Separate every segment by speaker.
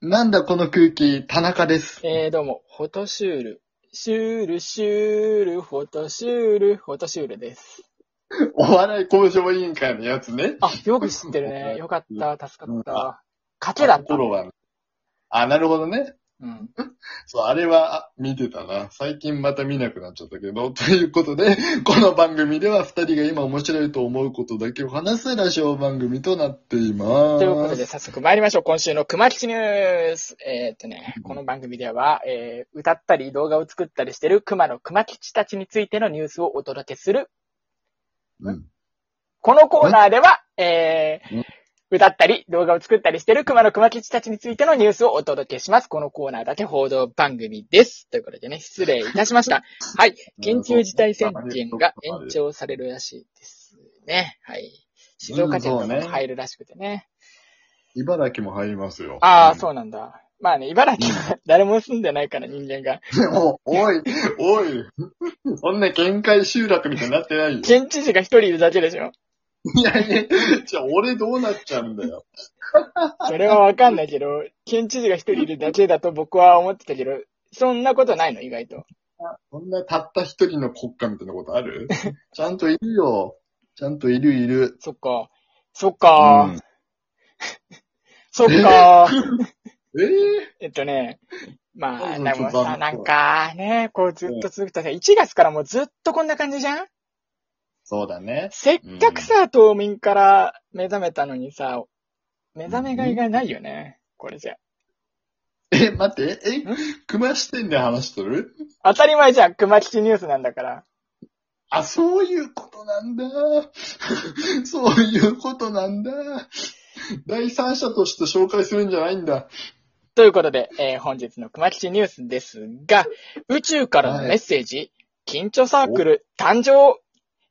Speaker 1: なんだこの空気、田中です。
Speaker 2: えー、どうも、フォトシュール。シュール、シュール、フォトシュール、フォトシュールです。
Speaker 1: お笑い交渉委員会のやつね。
Speaker 2: あ、よく知ってるね。よかった、助かった。賭けだっ
Speaker 1: フ
Speaker 2: た。
Speaker 1: ォロワー。あ、なるほどね。
Speaker 2: うん。
Speaker 1: そう、あれはあ見てたな。最近また見なくなっちゃったけど。と いうことで、この番組では二人が今面白いと思うことだけを話すラジオ番組となっています。
Speaker 2: ということで、早速参りましょう。今週の熊吉ニュース。えーっとね
Speaker 1: う、ん
Speaker 2: この番組では、えー、歌ったり動画を作ったりしてる熊の熊吉たちについてのニュースをお届けする。
Speaker 1: うん。
Speaker 2: このコーナーでは、えー
Speaker 1: うん
Speaker 2: 歌ったり動画を作ったりしてる熊の熊吉たちについてのニュースをお届けします。このコーナーだけ報道番組です。ということでね、失礼いたしま した。はい。緊急事態宣言が延長されるらしいですね。はい。静岡県
Speaker 1: うん
Speaker 2: と
Speaker 1: そう
Speaker 2: か
Speaker 1: ね
Speaker 2: も入るらしくてね。
Speaker 1: 茨城も入りますよ。
Speaker 2: ああ、
Speaker 1: う
Speaker 2: そうなんだ。まあね、茨城は誰も住んでないから人間が。
Speaker 1: ん。お、おい、おい。 そんな限界集落みたいになってない よ。
Speaker 2: 県知事が一人いるだけでしょ。
Speaker 1: いやいや、 じゃあ俺どうなっちゃうんだよ。
Speaker 2: それはわかんないけど、県知事が一人いるだけだと僕は思ってたけど、そんなことないの、意外と。
Speaker 1: そんなたった一人の国家みたいなことあ るちゃんといるよ。ちゃんといるいる。
Speaker 2: そっか。そっか、
Speaker 1: うん
Speaker 2: そ っか。
Speaker 1: ええ
Speaker 2: えっとね。まあ、
Speaker 1: うん
Speaker 2: でも
Speaker 1: そう
Speaker 2: さ、なんかね、こうずっと続くとさ、1月からもうずっとこんな感じじゃん
Speaker 1: そうだね。
Speaker 2: せっかくさ、冬眠から目覚めたのにさ、目覚めがいがないよね。これじゃ。
Speaker 1: え、待って、え
Speaker 2: ん、
Speaker 1: 熊視点で話しとる
Speaker 2: 当たり前じゃん、熊吉ニュースなんだから。
Speaker 1: あ、そういうことなんだ。 そういうことなんだ。第三者として紹介するんじゃないんだ。
Speaker 2: ということで、えー本日の熊吉ニュースですが、宇宙からのメッセージ、緊張サークル誕生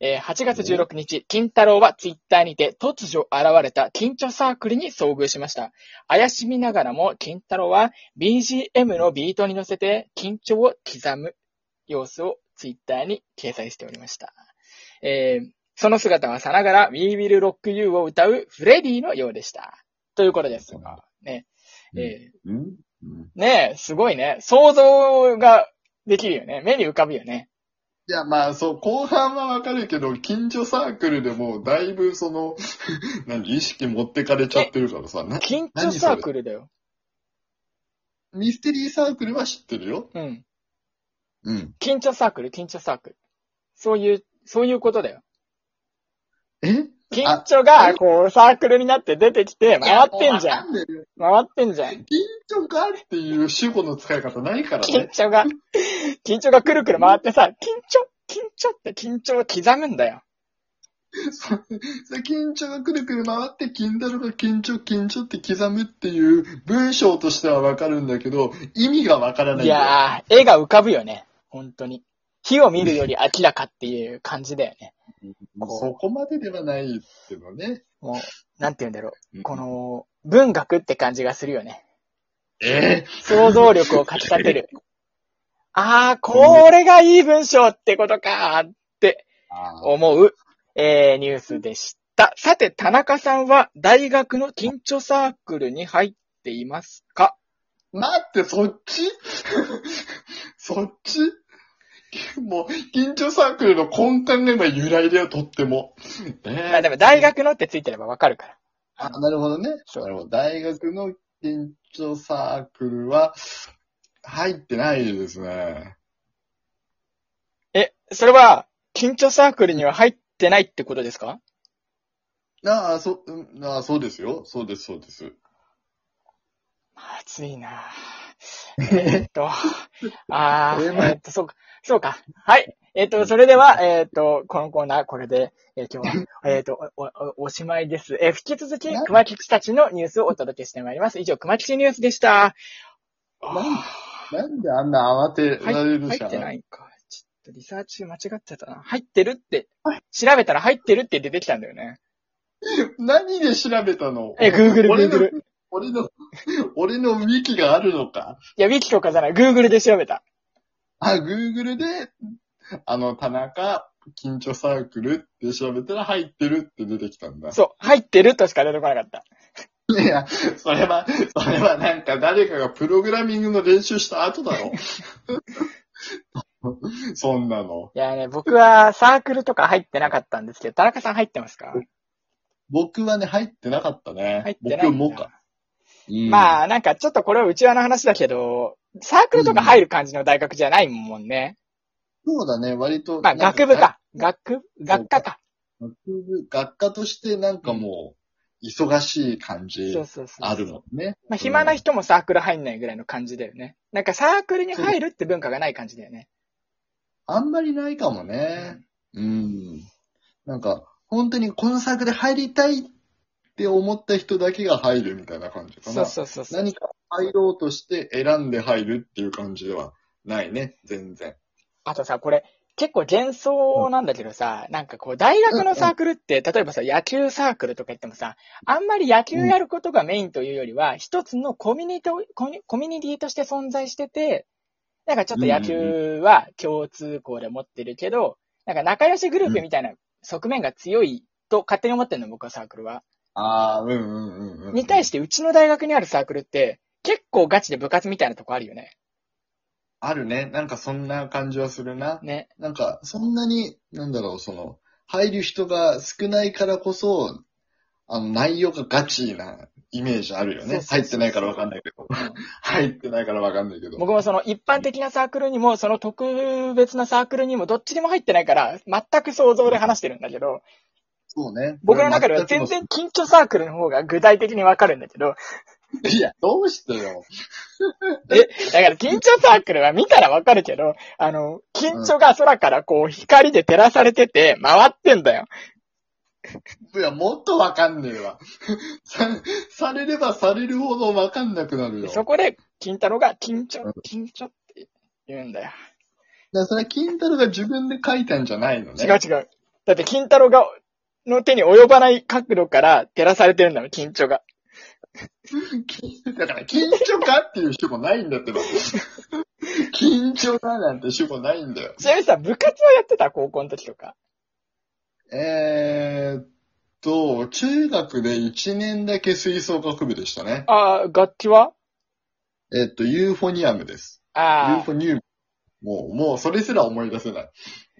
Speaker 2: えー !8 月16日、金太郎はツイッターにて突如現れた緊張サークルに遭遇しました。怪しみながらも金太郎は BGM のビートに乗せて緊張を刻む様子をツイッターに掲載しておりました。えーその姿はさながら We Will Rock You を歌うフレディのようでした。ということですが、ね。えー
Speaker 1: うんうん
Speaker 2: ねえ、すごいね。想像ができるよね。目に浮かぶよね。
Speaker 1: いや、まあ、そう、後半はわかるけど、近所サークルでも、だいぶその、 何、意識持ってかれちゃってるからさ、な
Speaker 2: 緊張サークルだよ。
Speaker 1: ミステリーサークルは知ってるよ。
Speaker 2: うん。
Speaker 1: うん。
Speaker 2: 緊張サークル、緊張サークル。そういう、そういうことだよ。
Speaker 1: え
Speaker 2: 緊張が、こう、サークルになって出てきて、回ってんじゃん。
Speaker 1: ん。緊
Speaker 2: 回ってんじゃん。
Speaker 1: 張かっていう主語の使い方ないから
Speaker 2: 緊
Speaker 1: ね。
Speaker 2: 張が、 緊張がくるくる回ってさ、緊張、緊張って緊張を刻むんだよ。
Speaker 1: そ それ緊張がくるくる回って、金太郎が緊張、緊張って刻むっていう文章としてはわかるんだけど、意味がわからない
Speaker 2: い
Speaker 1: んだよ。
Speaker 2: やー、絵が浮かぶよね。本当に。火を見るより明らかっていう感じだよね。
Speaker 1: そこまでではないけどね。
Speaker 2: もう、なんて言うんだろう。この、文学って感じがするよね。
Speaker 1: え
Speaker 2: 想像力をかき立てる。あー、これがいい文章ってことかーって
Speaker 1: ー
Speaker 2: 思う、えー、ニュースでした。さて、田中さんは大学の緊張サークルに入っていますか
Speaker 1: 待って、そっち そっちもう、緊張サークルの根幹が今由来だよ、とっても。えー
Speaker 2: まあでも大学のってついてればわかるから。
Speaker 1: あ、なるほどね。
Speaker 2: そう
Speaker 1: なるほど。大学の緊張サークルは、入ってないですね。
Speaker 2: え、それは、緊張サークルには入ってないってことですか
Speaker 1: ああ、そ、うん、ああ、そうですよ。そうです、そう です。
Speaker 2: 暑いなぁ。えーっと、あー、えーっと、そうか、そうか。はい。えーっと、それでは、えーっと、このコーナー、これで、えー今日は、 えーっと、お、お、おしまいです。えー引き続き、熊吉たちのニュースをお届けしてまいります。以上、熊吉ニュースでした。あ
Speaker 1: なんであんな慌て
Speaker 2: ー入
Speaker 1: られる
Speaker 2: っ
Speaker 1: しか。
Speaker 2: 入ってないいか。ちょっとリサーチ間違ってたな。入ってるって、調べたら入ってるって出てきたんだよね。
Speaker 1: 何で調べたの
Speaker 2: え、Google、
Speaker 1: 俺の
Speaker 2: Google。い
Speaker 1: 俺の、 俺のウィキがあるのか
Speaker 2: や、Wiki とかじゃない。Google で調べた。
Speaker 1: あ、Google で、あの、田中、緊張サークルって調べたら入ってるって出てきたんだ。
Speaker 2: そう、入ってるとしか出てこなかった。
Speaker 1: いや、それは、それはなんか誰かがプログラミングの練習した後 だろ。そんなの。
Speaker 2: いやね、僕はサークルとか入ってなかったんですけど、田中さん入ってますか
Speaker 1: 僕はね、入ってなかったね。
Speaker 2: 入ってないんだ
Speaker 1: 僕もか。うん
Speaker 2: まあ、なんかちょっとこれは内輪の話だけど、サークルとか入る感じの大学じゃないもんね。
Speaker 1: そうだね、割と。
Speaker 2: まあ、
Speaker 1: なん
Speaker 2: 学部か。学、学科か。
Speaker 1: 学部。学科としてなんかもう、忙しい感じ
Speaker 2: そうそうそう。
Speaker 1: あるもんね。
Speaker 2: まあ、暇な人もサークル入んないぐらいの感じだよね。なんかサークルに入るって文化がない感じだよね。
Speaker 1: あんまりないかもね。うん。なんか、本当にこのサークル入りたいって思った人だけが入るみたいな感じかな。
Speaker 2: そうそうそうそう。
Speaker 1: 何か入ろうとして選んで入るっていう感じではないね、全然。
Speaker 2: あとさ、これ、結構幻想なんだけどさ、なんかこう、大学のサークルって、例えばさ、野球サークルとか言ってもさ、あんまり野球やることがメインというよりは、一つのコミュニティ、コミュコミュニティとして存在してて、なんかちょっと野球は共通項で持ってるけど、なんか仲良しグループみたいな側面が強いと勝手に思ってんの、僕はサークルは。
Speaker 1: ああ、うんうんうんうん。。
Speaker 2: に対してて、うちの大学にあるサークルって、結構ガチで部活みたいなとこあるよね。
Speaker 1: あるね。なんかそんな感じはするな。
Speaker 2: ね。
Speaker 1: なんか、そんなに、なんだろう、その、入る人が少ないからこそ、あの、内容がガチなイメージあるよね。
Speaker 2: そうそうそう
Speaker 1: 入ってないからわかんないけど。入ってないからわかんないけど。
Speaker 2: 僕もその一般的なサークルにも、その特別なサークルにも、どっちにも入ってないから、全く想像で話してるんだけど、
Speaker 1: そうね。
Speaker 2: 僕の中では全然緊張サークルの方が具体的にわかるんだけど、
Speaker 1: く。いや、どうしてよ。
Speaker 2: だから緊張サークルは見たらわかるけど、あの、緊張が空からこう光で照らされてて回ってんだよ。
Speaker 1: いや、もっとわかんねえわ。さ、されればされるほどわかんなくなるよ。
Speaker 2: そこで、金太郎が緊張、緊張って言うんだよ。
Speaker 1: だからそれは金太郎が自分で書いたんじゃないのね。
Speaker 2: 違う違う。だって金太郎が、の手に及ばない角度から照らされてるんだよ、緊張が。
Speaker 1: だから、緊張かっていう主語ないんだってば。緊張かなんて主語ないんだよ。
Speaker 2: ちなみにさ、部活はやってた高校の時とか。
Speaker 1: えーっと、中学で1年だけ吹奏楽部でしたね。
Speaker 2: ああ、楽器は
Speaker 1: えーっと、ユーフォニアムです。ユー
Speaker 2: あ
Speaker 1: フ
Speaker 2: あ。
Speaker 1: ォニウム。もう、もう、それすら思い出せない。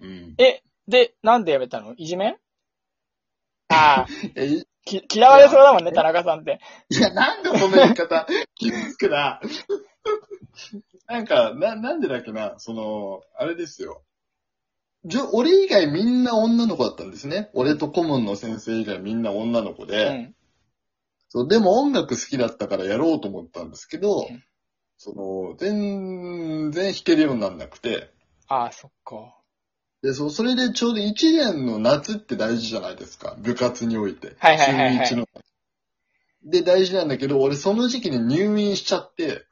Speaker 1: うん。
Speaker 2: え、で、なんでやめたのいじめああ、
Speaker 1: え、い
Speaker 2: き嫌われそうだもんね、田中さんって。
Speaker 1: いや、なんでこの言い方、傷つくな。なんか、な、なんでだっけな、その、あれですよ。じょ、俺以外みんな女の子だったんですね。俺と顧問の先生以外みんな女の子
Speaker 2: う
Speaker 1: で。
Speaker 2: ん。
Speaker 1: そう、でも音楽好きだったからやろうと思ったんですけど、
Speaker 2: うん
Speaker 1: その、全然弾けるようになんなくて。
Speaker 2: ああ、そっか。
Speaker 1: で、そう、それでちょうど1年の夏って大事じゃないですか。部活において。
Speaker 2: はいはいはいはい
Speaker 1: 中1の。で、大事なんだけど、俺その時期に入院しちゃって、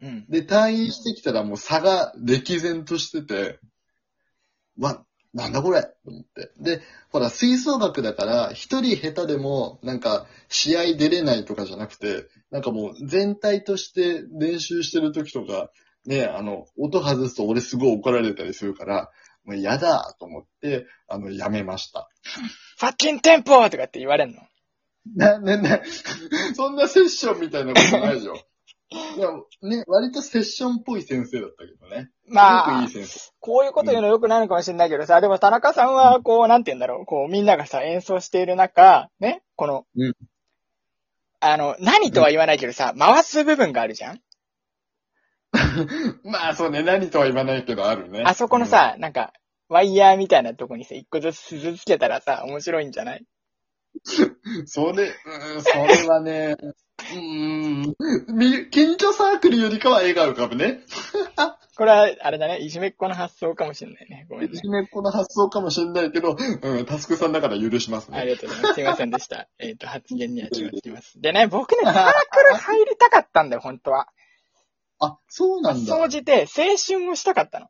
Speaker 2: うん。
Speaker 1: で、退院してきたらもう差が歴然としてて、わ、なんだこれと思って。で、ほら、吹奏楽だから、一人下手でも、なんか、試合出れないとかじゃなくて、なんかもう、全体として練習してる時とか、ね、あの、音外すと俺すごい怒られたりするから、もう嫌だと思って、あの、やめました。
Speaker 2: ファッキンテンポーとかって言われんの
Speaker 1: な、な、な、 そんなセッションみたいなことないでしょ。いや、ね、割とセッションっぽい先生だったけどね。すご
Speaker 2: ま
Speaker 1: くい
Speaker 2: あ
Speaker 1: い、先生。
Speaker 2: こういうこと言うの良くないのかもしれないけどさ、でも田中さんは、こう、なんて言うんだろう、こう、みんながさ、演奏している中、ね、この、
Speaker 1: うん
Speaker 2: あの、何とは言わないけどさ、回す部分があるじゃん
Speaker 1: まあそうね、何とは言わないけどあるね。
Speaker 2: あそこのさ、なんか、ワイヤーみたいなとこにさ、一個ずつ鈴つけたらさ、面白いんじゃない
Speaker 1: うん、それ、うん、それはね、うん、み近所サークルよりかは笑顔浮かぶね。
Speaker 2: これは、あれだね、いじめっ子の発想かもしれないね。ごめ
Speaker 1: い
Speaker 2: んね
Speaker 1: じ。めっ子の発想かもしれないけど、うん、タスクさんだから許します
Speaker 2: あ
Speaker 1: ね。
Speaker 2: りがとうございます。すいませんでした。 えっと、発言には気をつけます。でね、僕ね、サークル入りたかったんだよ、本当は。
Speaker 1: あ、そうなん
Speaker 2: 総
Speaker 1: だ。
Speaker 2: じて、青春をしたかったの。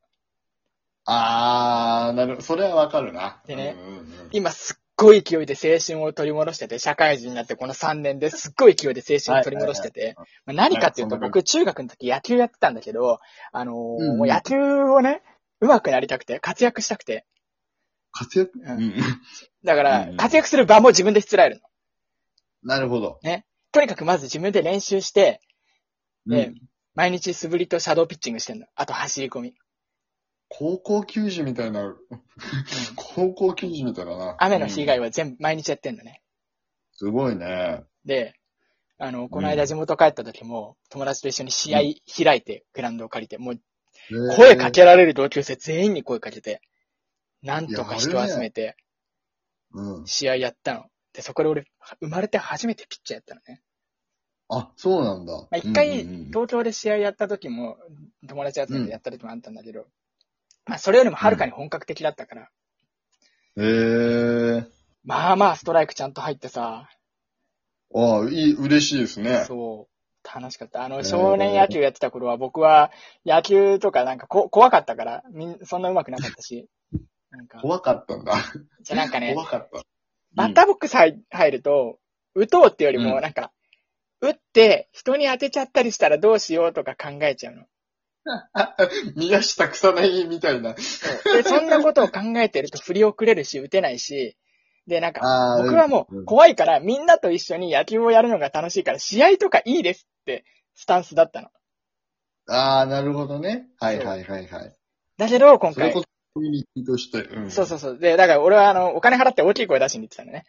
Speaker 1: あー、なるほど。それはわかるな。
Speaker 2: でね
Speaker 1: うんうんうん
Speaker 2: 今すっごい勢いで青春を取り戻してて、社会人になってこの3年ですっごい勢いで青春を取り戻してて、まあ何かっていう
Speaker 1: な
Speaker 2: と
Speaker 1: んかそんな感じ
Speaker 2: 僕中学の時野球やってたんだけど、あのー
Speaker 1: うんうん
Speaker 2: もう野球をね、上手くなりたくて、活躍したくて。
Speaker 1: 活躍
Speaker 2: う
Speaker 1: うん ん。
Speaker 2: だか
Speaker 1: うん
Speaker 2: ら
Speaker 1: う、ん
Speaker 2: 活躍する場も自分でしつらえるの。
Speaker 1: なるほど。
Speaker 2: とにかくまず自分で練習して、
Speaker 1: うん
Speaker 2: ええ毎日素振りとシャドーピッチングしてんの。あと走り込み。
Speaker 1: 高校球児みたいな、 高校球児みたいだな。
Speaker 2: 雨の日以
Speaker 1: う
Speaker 2: 外
Speaker 1: ん
Speaker 2: は全部毎日やってんのね。
Speaker 1: すごいね。
Speaker 2: で、あの、この間地元帰った時も、友達と一緒に試合開いて、グラウンドを借りて、もう声かけられる同級生全員に声かけて、なんとか人を集めて、
Speaker 1: うん。
Speaker 2: 試合やったの。で、そこで俺、生まれて初めてピッチャーやったのね。
Speaker 1: あ、そうなんだ。
Speaker 2: まあ、一
Speaker 1: うんうんう
Speaker 2: 回、
Speaker 1: ん
Speaker 2: 東京で試合やった時も、友達集めてやった時もあったんだけど、まあ、それよりもはるかに本格的だったから、
Speaker 1: へえ。
Speaker 2: まあまあ、ストライクちゃんと入ってさ、
Speaker 1: ああ、いい、嬉しいですね。
Speaker 2: そう、楽しかった。あ
Speaker 1: え
Speaker 2: の、
Speaker 1: ー
Speaker 2: 少年野球やってた頃は、僕は野球とかなんかこ怖かったから、みん、そんな上手くなかったし。なんか、
Speaker 1: 怖かったんだ。
Speaker 2: じゃあなんかね、
Speaker 1: 怖かった。
Speaker 2: バッターボックス入入ると、打とうってより
Speaker 1: う
Speaker 2: も、
Speaker 1: ん
Speaker 2: なんか、打って人に当てちゃったりしたらどうしようとか考えちゃう の。
Speaker 1: 宮下草薙みたいな。
Speaker 2: で、そんなことを考えてると振り遅れるし、打てないし、で、なんか、
Speaker 1: あ
Speaker 2: 僕はも
Speaker 1: う
Speaker 2: うん怖いから、みんなと一緒に野球をやるのが楽しいから、試合とかいいですって、スタンスだったの。
Speaker 1: ああ、なるほどね。はいはいはいはい。
Speaker 2: だけど、今
Speaker 1: それ
Speaker 2: 回
Speaker 1: こ、そ、コミュニティとして。うん
Speaker 2: そうそうそう。で、だから俺はあの、お金払って大きい声出しに行ってたのね。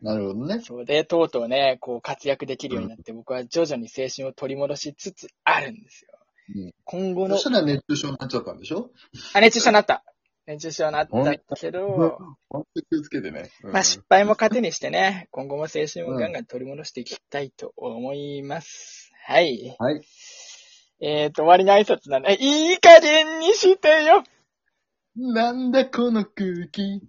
Speaker 1: なるほどね。
Speaker 2: そうで、とうとうね、こう活躍できるようになって、僕は徐々に青春を取り戻しつつあるんですよ。
Speaker 1: うん
Speaker 2: 今後
Speaker 1: そ
Speaker 2: の
Speaker 1: し、たら熱中症になっちゃったんでしょ
Speaker 2: あ、熱中症になった。熱中症になったけ
Speaker 1: うん
Speaker 2: ど、
Speaker 1: 本当に気をつけてね。うん
Speaker 2: まあ失敗も糧にしてね、今後も青春をガンガン取り戻していきたいと思います。はい。
Speaker 1: はい。
Speaker 2: えーと、終わりの挨拶なんで、いい加減にしてよ
Speaker 1: なんだこの空気。